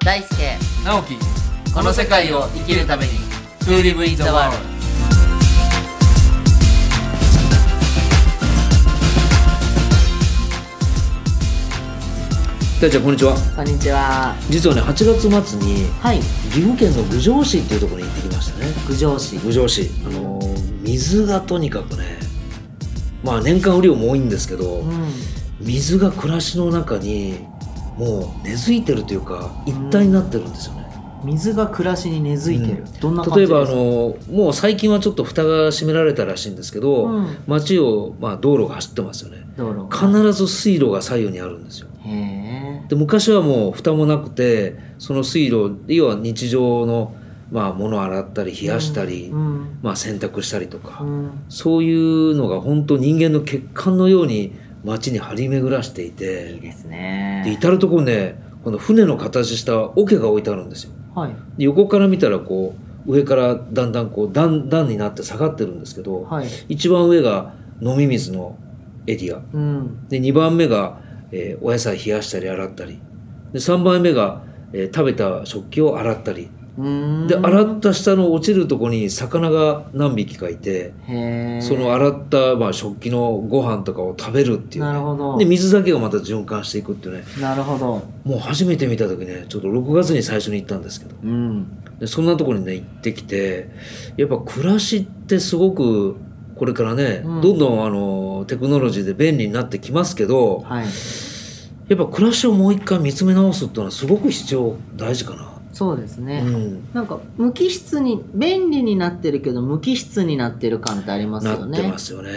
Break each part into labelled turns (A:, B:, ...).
A: 大輔
B: 直樹
A: この世界を生きるために
B: To live in the world
C: 大ちゃんこんにちは
A: こんにちは
C: 実はね8月末に
A: はい
C: 岐阜県の郡上市っていうところに行ってきましたね
A: 郡上市
C: 郡上市あのー水がとにかくねまあ年間雨量も多いんですけど
A: うん
C: 水が暮らしの中にもう根付いてるというか一体になってるんですよね、
A: 水が暮らしに根付いてる、
C: う
A: どんな感じ
C: 例
A: で
C: え
A: すか
C: ばあのもう最近はちょっと蓋が閉められたらしいんですけど、
A: うん
C: 街を、まあ、道路が走ってますよね
A: 道路
C: 必ず水路が左右にあるんですよ
A: へえ
C: で昔はもう蓋もなくてその水路要は日常の、まあ、物洗ったり冷やしたり、
A: うん
C: まあ、洗濯したりとか、
A: うん
C: そういうのが本当人間の血管のように街に張り巡らしてい
A: いい
C: て
A: です
C: で
A: ね
C: 至る所ねこの船の形した桶が置いてあるんですよ
A: はい
C: で横から見たらこう上からだんだんこう段段になって下がってるんですけど、
A: はい
C: 一番上が飲み水のエリア
A: うん
C: で2番目が、えーお野菜冷やしたり洗ったりで3番目が、えー食べた食器を洗ったり
A: うーん
C: で洗った下の落ちるとこに魚が何匹かいて
A: へえ
C: その洗った、まあ、食器のご飯とかを食べるっていうね、
A: なるほど
C: で水だけがまた循環していくっていうね
A: なるほど
C: もう初めて見た時ねちょっと6月に最初に行ったんですけど
A: うん
C: でそんなところにね行ってきてやっぱ暮らしってすごくこれからね、
A: うん
C: どんどんあのテクノロジーで便利になってきますけど
A: はい
C: やっぱ暮らしをもう一回見つめ直すっていうのはすごく必要大事かな。
A: そうですね、
C: うん
A: なんか無機質に便利になってるけど無機質になってる感ってあります
C: な
A: よ
C: っ
A: ね
C: てますよね。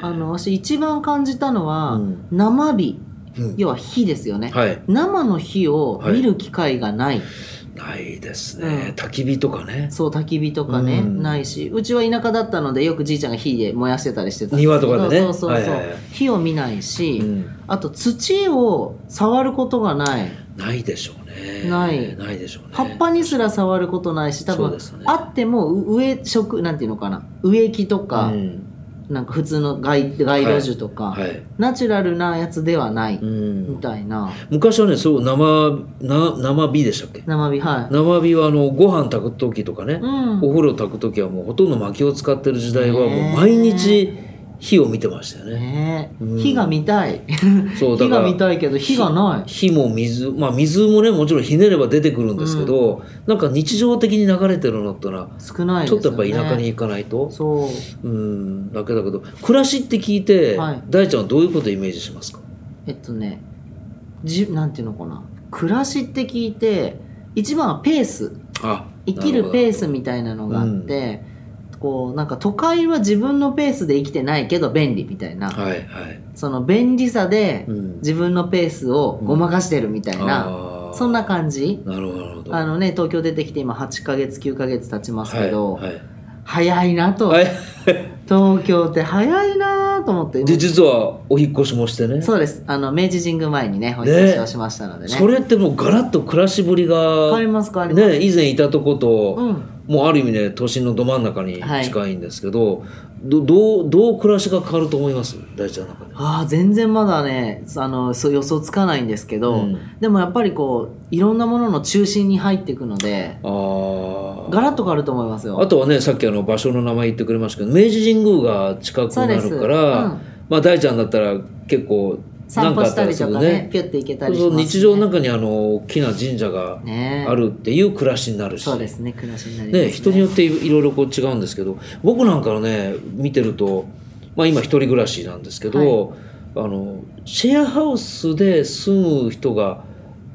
A: あの私一番感じたのは、
C: うん
A: 生火
C: うん
A: 要は火ですよね、
C: はい、
A: 生の火を見る機会がない、
C: ないです
A: うん
C: ね、焚き火とかね
A: そう焚き火とかね、
C: うん
A: ないしうちは田舎だったのでよくじいちゃんが火で燃やしてたりしてたんですけど
C: 庭とかでね
A: そうそうそう、
C: はいはいはい
A: 火を見ないし、
C: うん
A: あと土を触ることがない
C: ないでしょうね
A: ない
C: ないでしょうね
A: 葉っぱにすら触ることないし多
C: そう
A: 分、
C: ですよね
A: あっても植え植なんていうのかな植木とか、
C: うん
A: なんか普通の街街路樹とか、
C: はい
A: ナチュラルなやつではない、
C: うん
A: みたいな
C: 昔はねそう生な生火でしたっけ
A: 生火はい、
C: 生火はあのご飯炊く時とかね、
A: うん
C: お風呂炊く時はもうほとんど薪を使ってる時代はもう
A: ねえ
C: 毎日火を見てましたよね。
A: ねえ
C: うん
A: 火が見たい
C: そうだ
A: 火
C: か
A: が
C: ら
A: 見たいけど火がない
C: 火も水まあ水もねもちろんひねれば出てくるんですけど、なんか日常的に流れてるのってのは
A: 少ないです
C: ち
A: よ、
C: ょっ
A: ね、
C: とやっぱ田舎に行かないと、
A: そう
C: うんだけだけど暮らしって聞いて、
A: はい
C: 大ちゃんはどういうことをイメージしますか
A: えっとねじなんていうのかな暮らしって聞いて一番はペース
C: あ
A: 生きるペース
C: な
A: みたいなのがあって、こうなんか都会は自分のペースで生きてないけど便利みたいな、
C: ほどはいはい、
A: その便利さで
C: うん
A: 自分のペースをごまかしてるみたいな、
C: あー
A: そんな感じ
C: なるほどなるほど
A: あのね東京出てきて今8ヶ月9ヶ月経ちますけど、
C: はいはい
A: 早いなと、
C: はい
A: 東京って早いなと思って
C: で実はお引っ越しもしてねそ
A: そうですあの明治神宮前にね保育所をしましたのでね
C: れってもうガラッと暮らしぶり
A: 変わ
C: が
A: ります変わります、
C: ね以前いたとこと、
A: うん
C: もうある意味ね都心のど真ん中に近いんですけど、どどうどう暮らしが変わると思います大ちゃんの中で。
A: ああ全然まだねあのそう予想つかないんですけど、
C: うん
A: でもやっぱりこういろんなものの中心に入っていくので
C: あー
A: ガラッと変わると思いますよ
C: あとはねさっきあの場所の名前言ってくれましたけど明治神宮が近く
A: そう
C: な
A: です
C: るから、
A: うん
C: まあ、大ちゃんだったら結構
A: 散歩
C: あっ
A: した
C: た
A: り
C: らす
A: と
C: ぐ
A: かねピュッて行けたりします、
C: そう
A: ね、
C: 日常の中にあの大きな神社が
A: ね
C: あるっていう暮らしになるし、
A: そうですね暮らしになりますね
C: ね、人によっていいろいろこう違うんですけど僕なんかはね見てると、まあ、今一人暮らしなんですけど、あのシェアハウスで住む人が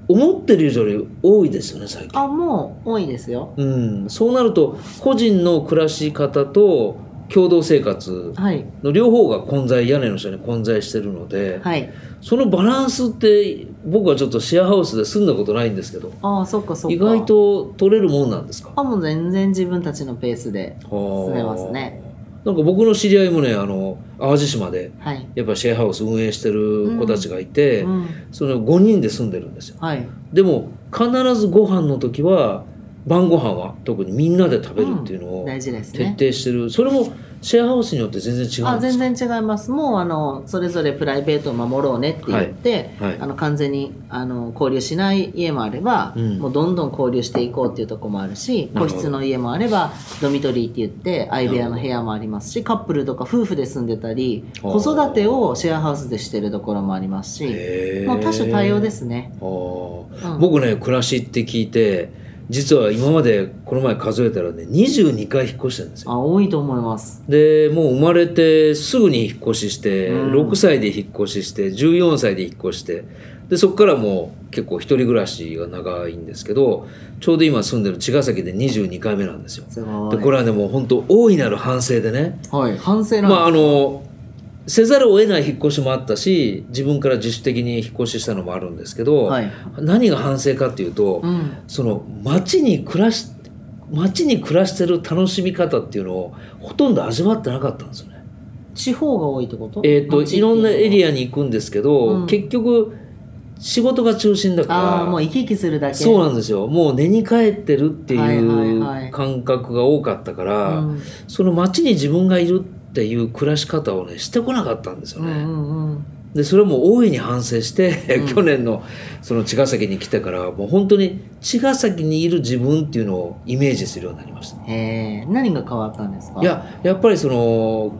C: 思ってる以上より多いですよね最近、
A: あもう多いですよ
C: うん、そうなると個人の暮らし方と共同生活
A: はい
C: の両方が混在屋根の下に混在してるので、
A: はい
C: そのバランスって僕はちょっとシェアハウスで住んだことないんですけど
A: ああそっかそっか
C: 意外と取れるもんなんですか
A: あもう全然自分たちのペースで進めますね
C: なんか僕の知り合いもねあの淡路島で
A: はい、
C: やっぱシェアハウス運営してる子たちがいて、
A: うん、
C: その5人で住んでるんですよ
A: はい
C: でも必ずご飯の時は晩ご飯は特にみんなで食べるっていうのを
A: 大事です
C: 徹
A: ね
C: 底してる、それもシェアハウスによって全然違う
A: あ
C: んです
A: 全
C: か
A: 然違いますもうあのそれぞれプライベートを守ろうねって言って、
C: はいはい
A: あの完全にあの交流しない家もあれば、
C: うん
A: もうどんどん交流していこうっていうとこもあるし
C: なる
A: 個
C: ほど
A: 室の家もあればドミトリーって言って相部屋の部屋もありますしカップルとか夫婦で住んでたり
C: あー
A: 子育てをシェアハウスでしてるところもありますし
C: へー
A: もう多種多様ですね。
C: あー
A: うん
C: 僕ね暮らしって聞いて実は今までこの前数えたらね22回引っ越してるんですよ
A: あ多いと思います。
C: でもう生まれてすぐに引っ越しして、
A: うん
C: 6歳で引っ越しして14歳で引っ越してでそこからもう結構一人暮らしが長いんですけどちょうど今住んでる茅ヶ崎で22回目なんですよ
A: すご
C: でこ
A: い。
C: れはねもう本当大いなる反省でね
A: はい、反省なんです
C: まああのせざるを得ない引っ越しもあったし自分から自主的に引っ越ししたのもあるんですけど、
A: はい
C: 何が反省かっていうと、
A: うん、
C: その街に暮らし街に暮らしてる楽しみ方っていうのをほとんど味わってなかったんですよね。
A: 地方が多いってこと
C: えっといろんなエリ
A: ア
C: アに行くんですけど、
A: うん
C: 結局仕事が中心だから
A: ああもう生き生きするだけ
C: そうなんですよもう根に帰ってるって
A: はいいはいうはい
C: 感覚が多かったから、
A: うん
C: その街に自分がいるっていう暮らし方をねしてこなかったんですよ
A: う
C: ね。
A: んうんうん
C: でそれも大いに反省して、
A: うん
C: 去年のその茅ヶ崎に来てからもう本当に茅ヶ崎にいる自分っていうのをイメージするようになりました
A: へえ何が変わったんですか
C: いややっぱりその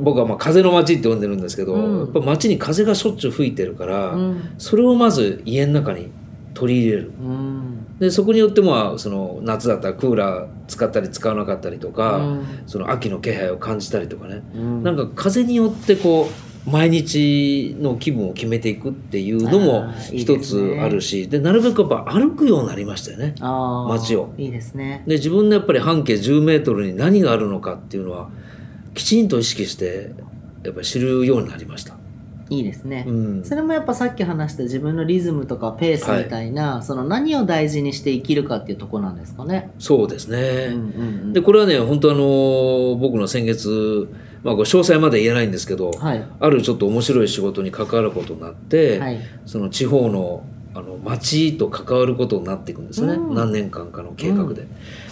C: 僕はまあ風の街って呼んでるんですけど、
A: うん
C: やっぱ街に風がしょっちゅう吹いてるから、
A: うん、
C: それをまず家の中に取り入れる
A: うん
C: でそこによってまあその夏だったらクーラー使ったり使わなかったりとか、その秋の気配を感じたりとかね
A: うん、
C: なん
A: か
C: か風によってこう毎日の気分を決めていくっていうのも
A: あーいい
C: 一
A: ですね
C: つあるしでなるべくやっぱ歩くようになりましたよね。
A: あー
C: 街を
A: いいですね
C: で自分のやっぱり半径10メートルに何があるのかっていうのはきちんと意識してやっぱり知るようになりました。
A: いいですね、
C: うん、
A: それもやっぱさっき話した自分のリズムとかペースみたいな、その何を大事にして生きるかっていうとこなんですかね。
C: そうです
A: う
C: ね。
A: んうんう
C: でこれはね本当あのー僕の先月、まあ、これ詳細まで言えないんですけど、
A: ん、はい、
C: あるちょっと面白い仕事に関わることになって、
A: はい、
C: その地方のあの町と関わることになっていくんですね、
A: うん
C: 何年間かの計画で,、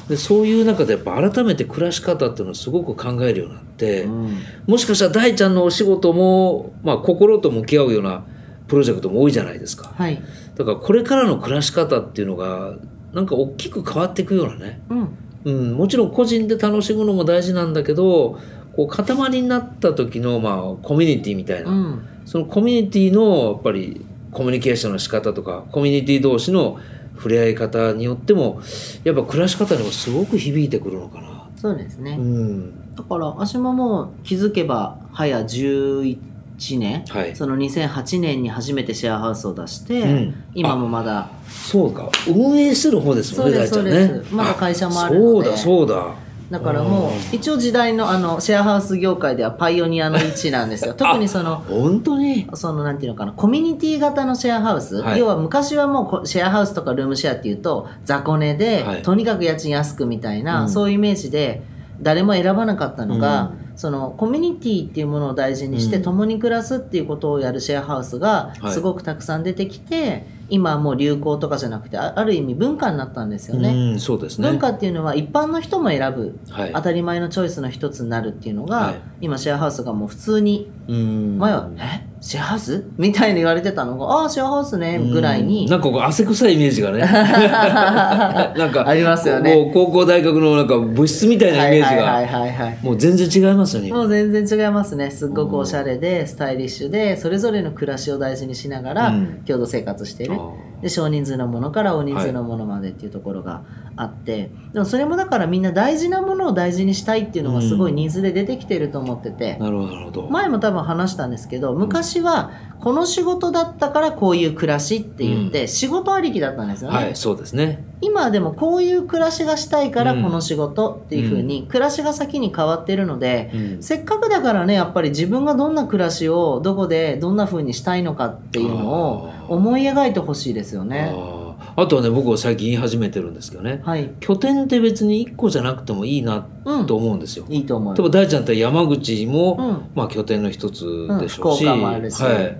C: でそういう中でやっぱ改めて暮らし方っていうのをすごく考えるようになって、
A: うん
C: もしかしたら大ちゃんのお仕事も、まあ、心と向き合うようなプロジェクトも多いじゃないですか
A: はい、
C: だからこれからの暮らし方っていうのがなんか大きく変わっていくようなね、
A: うん、
C: うん、もちろん個人で楽しむのも大事なんだけどこう塊になった時の、まあ、コミュニティみたいな、
A: うん、
C: そのコミュニティのやっぱりコミュニケーションの仕方とかコミュニティ同士の触れ合い方によってもやっぱ暮らし方にもすごく響いてくるのかな。
A: そうですね。
C: うん、
A: だから私ももう気づけば早11年、
C: はい。
A: その2008年に初めてシェアハウスを出して、
C: うん
A: 今もまだ
C: そうか運営してる方ですもんね
A: そう
C: 大
A: です
C: ちゃん
A: そう
C: ね
A: です。まだ会社もある
C: そ
A: の
C: う
A: で
C: だそうだ。
A: だからも
C: う
A: う一応時代のあのシェアハウス業界ではパイオニアの位置なん ですよ特にその
C: 本当に。
A: そのなんていうのかなコミュニティ型のシェアハウス、
C: はい
A: 要は昔はもうこシェアハウスとかルームシェアっていうと雑魚寝で、
C: はい
A: とにかく家賃安くみたいな、
C: うん
A: そういうイメージで誰も選ばなかったのが、
C: う
A: そのコミュニティっていうものを大事にして、
C: うん
A: 共に暮らすっていうことをやるシェアハウスが
C: はい
A: すごくたくさん出てきて、今はもう流行とかじゃなくてあある意味文化になったんですよね。
C: うんそうですね。
A: 文化っていうのは一般の人も選ぶ
C: はい
A: 当。たり前のチョイスの一つになるっていうのが、
C: はい
A: 今シェアハウスがもう普通に
C: うん
A: 前は「えシェアハウス?」みたいに言われてたのが「ああーシェアハウスね」ぐらい
C: うん
A: に
C: なんかこう汗臭いイメージがね なんか
A: ありますよね
C: こう高校大学のなんか物質みたいな
A: は
C: イ
A: い
C: メー
A: は
C: ジ
A: い
C: が
A: はいはいはい
C: もう全然違いますよね。
A: もう全然違いますねすっごくおしゃれでスタイリッシュでそれぞれの暮らしを大事にしながら
C: うん
A: 共同生活してい
C: あ
A: る
C: ー
A: で少人数のものから大人数のものまでっていうところがあって、でもそれもだからみんな大事なものを大事にしたいっていうのがすごいニーズで出てきてると思ってて、
C: なるほどなるほど。
A: 前も多分話したんですけど昔はこの仕事だったからこういう暮らしって言って、仕事ありきだったんですよね、
C: はいそうですね。
A: 今はでもこういう暮らしがしたいから
C: うん
A: この仕事っていう風に暮らしが先に変わってるので、
C: うん
A: せっかくだからねやっぱり自分がどんな暮らしをどこでどんな風にしたいのかっていうのを
C: あー
A: 思い描いてほしいですよね。
C: ああとはね僕は最近言い始めてるんですけどね
A: はい。
C: 拠点って別に1個じゃなくてもいいな
A: うん。
C: と思うんですよ。
A: いいと思い
C: 例え
A: ま
C: ば大ちゃんって山口も、
A: うん
C: まあ、拠点の一つ
A: す。うん
C: でしょうし,、
A: 福岡もあるし。
C: はい、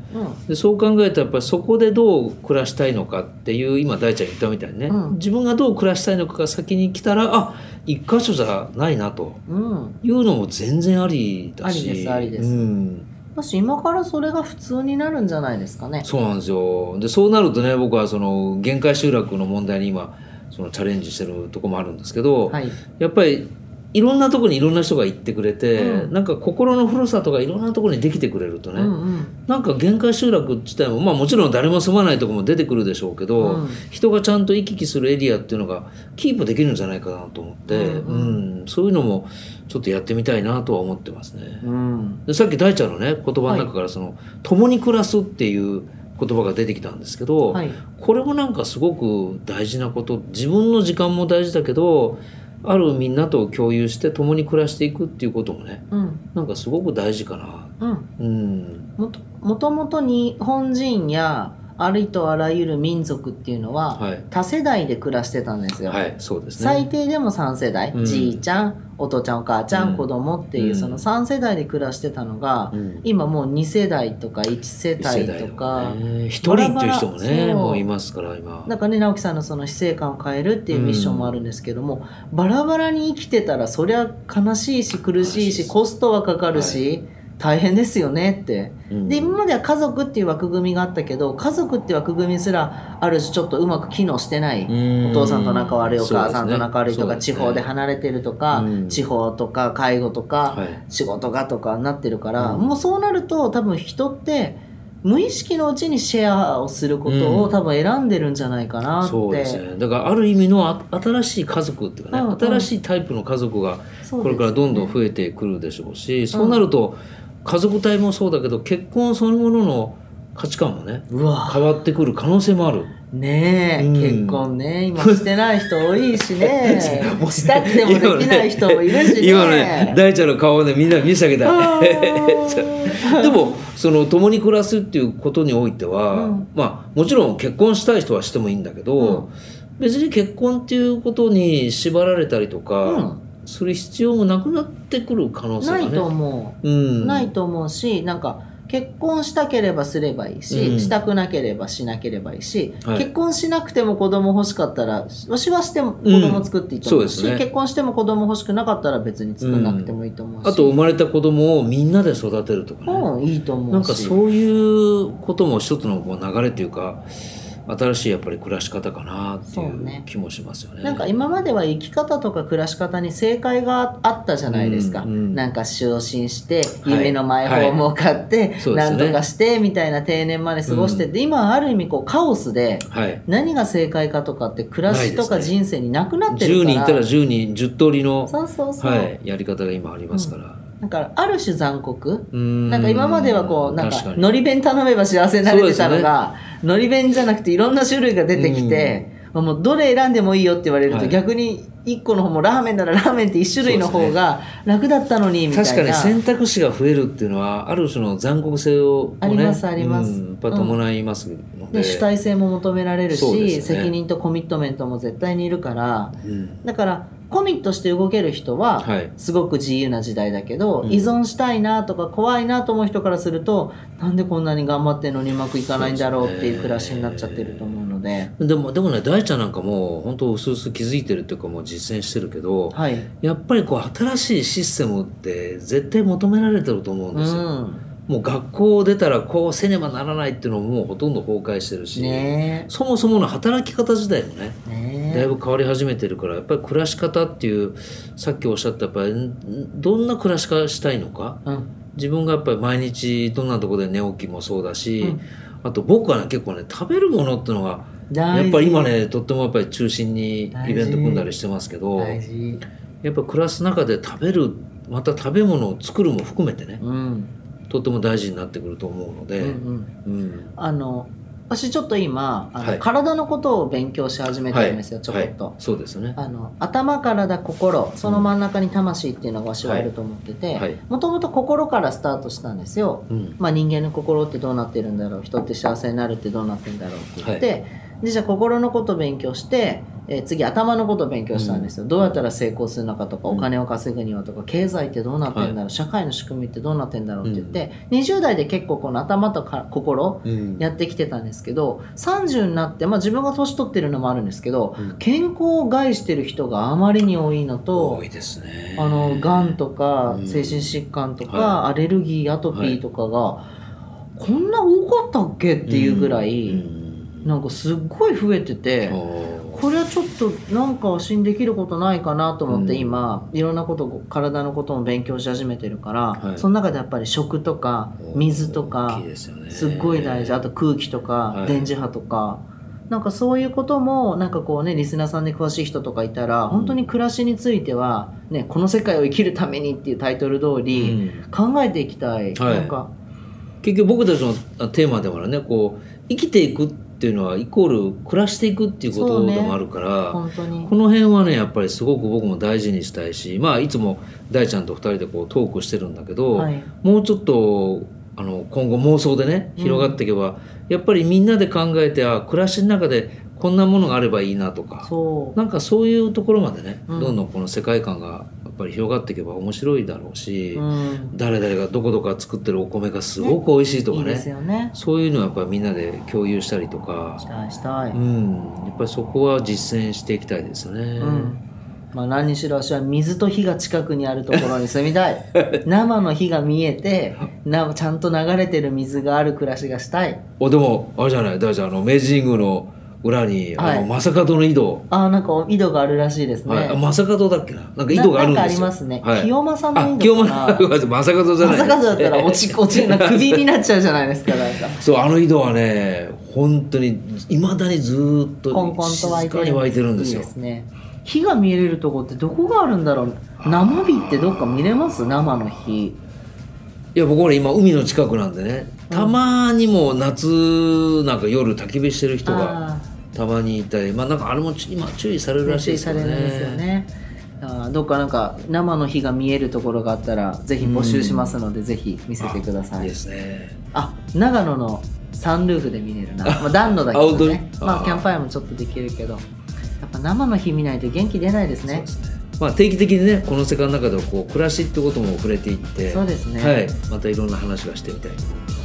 C: でそう考えたらやっぱりそこでどう暮らしたいのかっていう今大ちゃん言ったみたいにね、
A: うん
C: 自分がどう暮らしたいのかが先に来たらあ一箇所じゃないなと
A: うん。うん。
C: いうのも全然ありだし
A: ありですありです
C: うん、
A: 私今からそれが普通になるんじゃないですかね。
C: そうなんですよでそうなるとね僕はその限界集落の問題に今そのチャレンジしてるとこもあるんですけど、
A: はい。
C: やっぱりいろんなとこにいろんな人が行ってくれて、
A: うん
C: なんか心のふるさとがいろんなとこにできてくれると
A: う
C: ね、
A: んうん。
C: なんか限界集落自体も、まあ、もちろん誰も住まないとこも出てくるでしょうけど、
A: うん
C: 人がちゃんと行き来するエリアっていうのがキープできるんじゃないかなと思って、
A: う
C: うんんそういうのもちょっとやってみたいなとは思ってますね。
A: うん。
C: でさっき大ちゃんのね言葉の中からその、共に暮らす」っていう言葉が出てきたんですけど、
A: はい。
C: これもなんかすごく大事なこと自分の時間も大事だけどあるみんなと共有して共に暮らしていくっていうこともね
A: うん。
C: なんかすごく大事かな。
A: うん。
C: うん、
A: もともともと日本人やありとあらゆる民族っていうのは、
C: はい
A: 多世代で暮らしてたんですよ。
C: はい、そうですね。
A: 最低でも3世代、
C: うん
A: じいちゃんお父ちゃんお母ちゃん、
C: うん
A: 子供っていううんその3世代で暮らしてたのが、
C: うん
A: 今もう2世代とか1世
C: 一
A: 代
C: 世
A: と
C: 代
A: か、
C: だもんね一人っていう人も
A: バラバラそ
C: ね
A: う
C: もういますから今
A: なんかね直樹さんのその死生観を変えるっていうミッションもあるんですけども、バラバラに生きてたらそりゃ悲しいし苦しい
C: 悲しいで
A: し
C: す
A: コストはかかるし、大変ですよねって。
C: うん
A: で今までは家族っていう枠組みがあったけど家族って枠組みすらある種ちょっとうまく機能してない、
C: うん
A: お父さんと仲悪いお母さんと仲悪いと
C: そう
A: か、
C: です
A: 地
C: ね
A: 方で離れてるとか、
C: うん
A: 地方とか介護とか、
C: はい
A: 仕事がとかになってるから、
C: うん
A: もうそうなると多分人って無意識のうちにシェアをすること
C: う
A: を
C: ん
A: 多分選んでるんじゃないかなって、
C: そうですねだからある意味のあ新しい家族っていうかね、
A: うんうん
C: 新しいタイプの家族が
A: そうですね
C: これからどんどん増えてくるでしょうし、そうなると家族体もそうだけど結婚そのものの価値観もね
A: うわ
C: 変わってくる可能性もある
A: ねえ、
C: うん
A: 結婚ね今してない人多いし ね
C: もうね
A: したくてもできない人もいるしね
C: 今のね大ちゃんの顔をねみんなに見せて
A: あ
C: あげたい
A: ー
C: でもその共に暮らすっていうことにおいては、
A: うん
C: まあもちろん結婚したい人はしてもいいんだけど、別に結婚っていうことに縛られたりと
A: う
C: か
A: ん
C: する必要もなくなってくる可能性が
A: な
C: ね
A: いと思
C: う
A: う、
C: ん、
A: ないと思うしなんか結婚したければすればいいし、
C: うん
A: したくなければしなければいいし、
C: はい
A: 結婚しなくても子供欲しかったら私はしても子供作っていいと思うし、
C: うんそうですね
A: 結婚しても子供欲しくなかったら別に作んなくてもいいと思うし、
C: あと生まれた子供をみんなで育てるとかね、
A: うんいいと思うし
C: なんかそういうことも一つのこう流れというか新しいやっぱり暮らし方かなってい
A: そうね
C: う気もしますよね。
A: なんか今までは生き方とか暮らし方に正解があったじゃないですか、
C: うんうん
A: なんか昇進して
C: い
A: 夢のマイホームを買って、
C: いそうで
A: な
C: すね
A: んとかしてみたいな定年まで過ごしてて、今はある意味こうカオスで
C: はい、
A: 何が正解かとかって暮らしとか
C: ないです
A: 人生になくなってるか
C: 10
A: ら
C: 人いたら10人10通りの、
A: そうそうそう、
C: はい、やり方が今ありますから。
A: だからある種残酷な
C: なん
A: か今まではこうなんか
C: 確か
A: のり弁頼めば幸せになれてたのが、のり弁じゃなくていろんな種類が出てきて、もうどれ選んでもいいよって言われると、
C: はい
A: 逆に1個の方もラーメンならラーメンって1種類の方が楽だったのにみ
C: に
A: たいな
C: 確かに選択肢が増えるっていうのはある種の残酷性を、ね、
A: ありますあります
C: うんやっぱ伴いますので、
A: で主体性も求められる
C: そう
A: し、
C: ですよね
A: 責任とコミットメントも絶対にいるから
C: うん
A: だからコミットして動ける人は、
C: はい
A: すごく自由な時代だけど、
C: うん
A: 依存したいなとか怖いなと思う人からするとなんでこんなに頑張ってんのにうまくいかないんだろうっていう暮らしになっちゃってると思うので
C: でもでもね大ちゃんなんかもう本当薄々気づいてるっていうかもう実践してるけど
A: はい、
C: やっぱりこう新しいシステムって絶対求められてると思うん
A: う
C: ですよ、
A: ん、
C: もう学校を出たらこうせねばならないっていうのももうほとんど崩壊してるし、
A: ね
C: そもそもの働き方自体もね
A: えね
C: だいぶ変わり始めてるからやっぱり暮らし方っていうさっきおっしゃったやっぱりんどんな暮らし方したいのか
A: うん
C: 自分がやっぱり毎日どんなとこで寝起きもそうだし、
A: うん
C: あと僕はね結構ね食べるものっていうのが
A: 大事
C: やっぱり今ねとってもやっぱり中心にイベント組んだりしてますけど
A: 大事
C: やっぱ暮らす中で食べるまた食べ物を作るも含めてね
A: うん、うん
C: とっても大事になってくると思うので、
A: うん
C: うん
A: あの私ちょっと今あの、
C: はい
A: 体のことを勉強し始めてるんですよ、ちょこ
C: は
A: っ
C: い
A: と、
C: そうですね
A: あの頭からだ心その真ん中に魂っていうのが私はあると思って
C: うんはい
A: てもともと心からスタートしたんですよ
C: うん
A: まあ、人間の心ってどうなってるんだろう人って幸せになるってどうなってるんだろうって言って、でじゃあ心のこと勉強して、えー次頭のこと勉強したんですよ、どうやったら成功するのかとか、
C: うん
A: お金を稼ぐにはとか経済ってどうなってんだろう、社会の仕組みってどうなってんだろうって言って、20代で結構この頭とか心
C: うん
A: やってきてたんですけど30になって、まあ、自分が年取ってるのもあるんですけど
C: うん
A: 健康を害してる人があまりに多いのと
C: 多いですね
A: あのがんとか
C: うん
A: 精神疾患とか、
C: は
A: アレルギーアトピーとかが、こんな多かったっけっていうぐらい、
C: うん
A: なんかすっごい増えてて、
C: あ
A: これはちょっとなんか発信できることないかなと思って
C: うん
A: 今、いろんなことを体のことも勉強し始めてるから、
C: はい
A: その中でやっぱり食とか
C: ー
A: 水と
C: 大
A: か
C: きいですよね
A: すっごい大事あと空気と
C: は
A: か
C: い
A: 電磁波とか、なんかそういうこともなんかこうねリスナーさんで詳しい人とかいたら本当に暮らしについては、ね「この世界を生きるために」っていうタイトル通
C: う
A: り、
C: ん
A: 考えていきたい、
C: はい
A: なんか
C: 結局僕たちのあテーマでもあるねこう生きていくっていうのはイコール暮らしていくっていうこ
A: そう
C: と
A: ね
C: でもあるから、
A: 本当に
C: この辺はねやっぱりすごく僕も大事にしたいし、まあ、いつも大ちゃんと2人でこうトークしてるんだけど、
A: はい
C: もうちょっとあの今後妄想でね
A: うん
C: 広がっていけば、やっぱりみんなで考えてあ暮らしの中でこんなものがあればいいなとか
A: そう
C: なんかそういうところまでね、
A: うん
C: どんどんこの世界観がやっぱり広がっていけば面白いだろうし、
A: うん
C: 誰々がどこどこが作ってるお米がすごく美味しいとか
A: いい
C: ね
A: ですよね。
C: そういうのはやっぱりみんなで共有したりとか
A: し、たいしたい。
C: う
A: うん。
C: ん、やっぱりそこは実践していきたいですよね。
A: まあ何にしろ私は水と火が近くにあるところに住み たい。生の火が見えて、なちゃんと流れてる水がある暮らしがしたい。
C: おでもあれじゃない大ちゃんあの明治神宮の裏に、
A: はい
C: あの正門の井戸、
A: ああなんか井戸があるらしいですね。
C: はい、あ正門だっけななんか井戸がある
A: ななん
C: ん
A: かあ
C: で
A: り
C: すよ
A: ますね。
C: はい、
A: 清正の
C: あ
A: 井
C: 清
A: 戸
C: 正
A: かな。
C: 正門じゃ
A: ま
C: ない
A: さかだったら落ち落ちなクビになっちゃうじゃないです かなんか。
C: そうあの井戸はね本当にいまだにずーっと
A: コンコンと湧い
C: 静
A: てる。
C: かに湧いてるんですよ
A: いいですね。火が見れるとこってどこがあるんだろう。生火ってどっか見れます生の火。
C: いや僕ほら今海の近くなんでねたまにもう夏なんか夜焚き火してる人が
A: あー
C: たまにいたりまあなんかあれもち今注意されるらしい
A: 注意
C: です
A: さ
C: よ
A: れ
C: ね
A: るんですよね。あーどっかなんか生の火が見えるところがあったらぜひ募集しますので、ぜひ見せてくださ
C: いい
A: い
C: で。すね
A: あ長野のサンルーフで見れるな。 まあ、暖炉だけ
C: あ
A: ど
C: 本当に
A: ね。まあ
C: あー
A: キャンプファイアもちょっとできるけど、やっぱ生の火見ないと元気出ないです
C: そう
A: ね
C: で。すねまあ定期的にねこの世界の中ではこう暮らしってことも触れていって
A: そうですね
C: はいまたいろんな話がしてみたい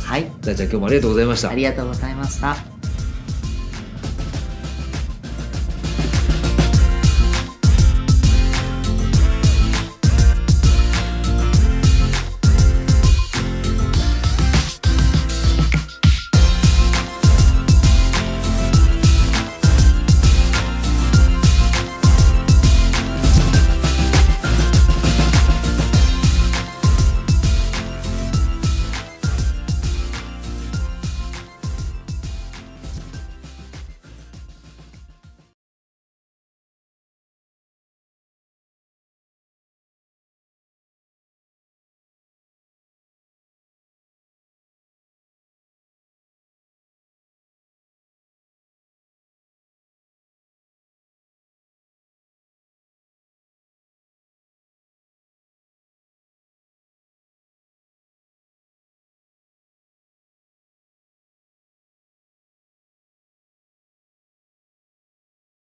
A: はい、
C: 大ちゃん今日もありがとうございました
A: ありがとうございました。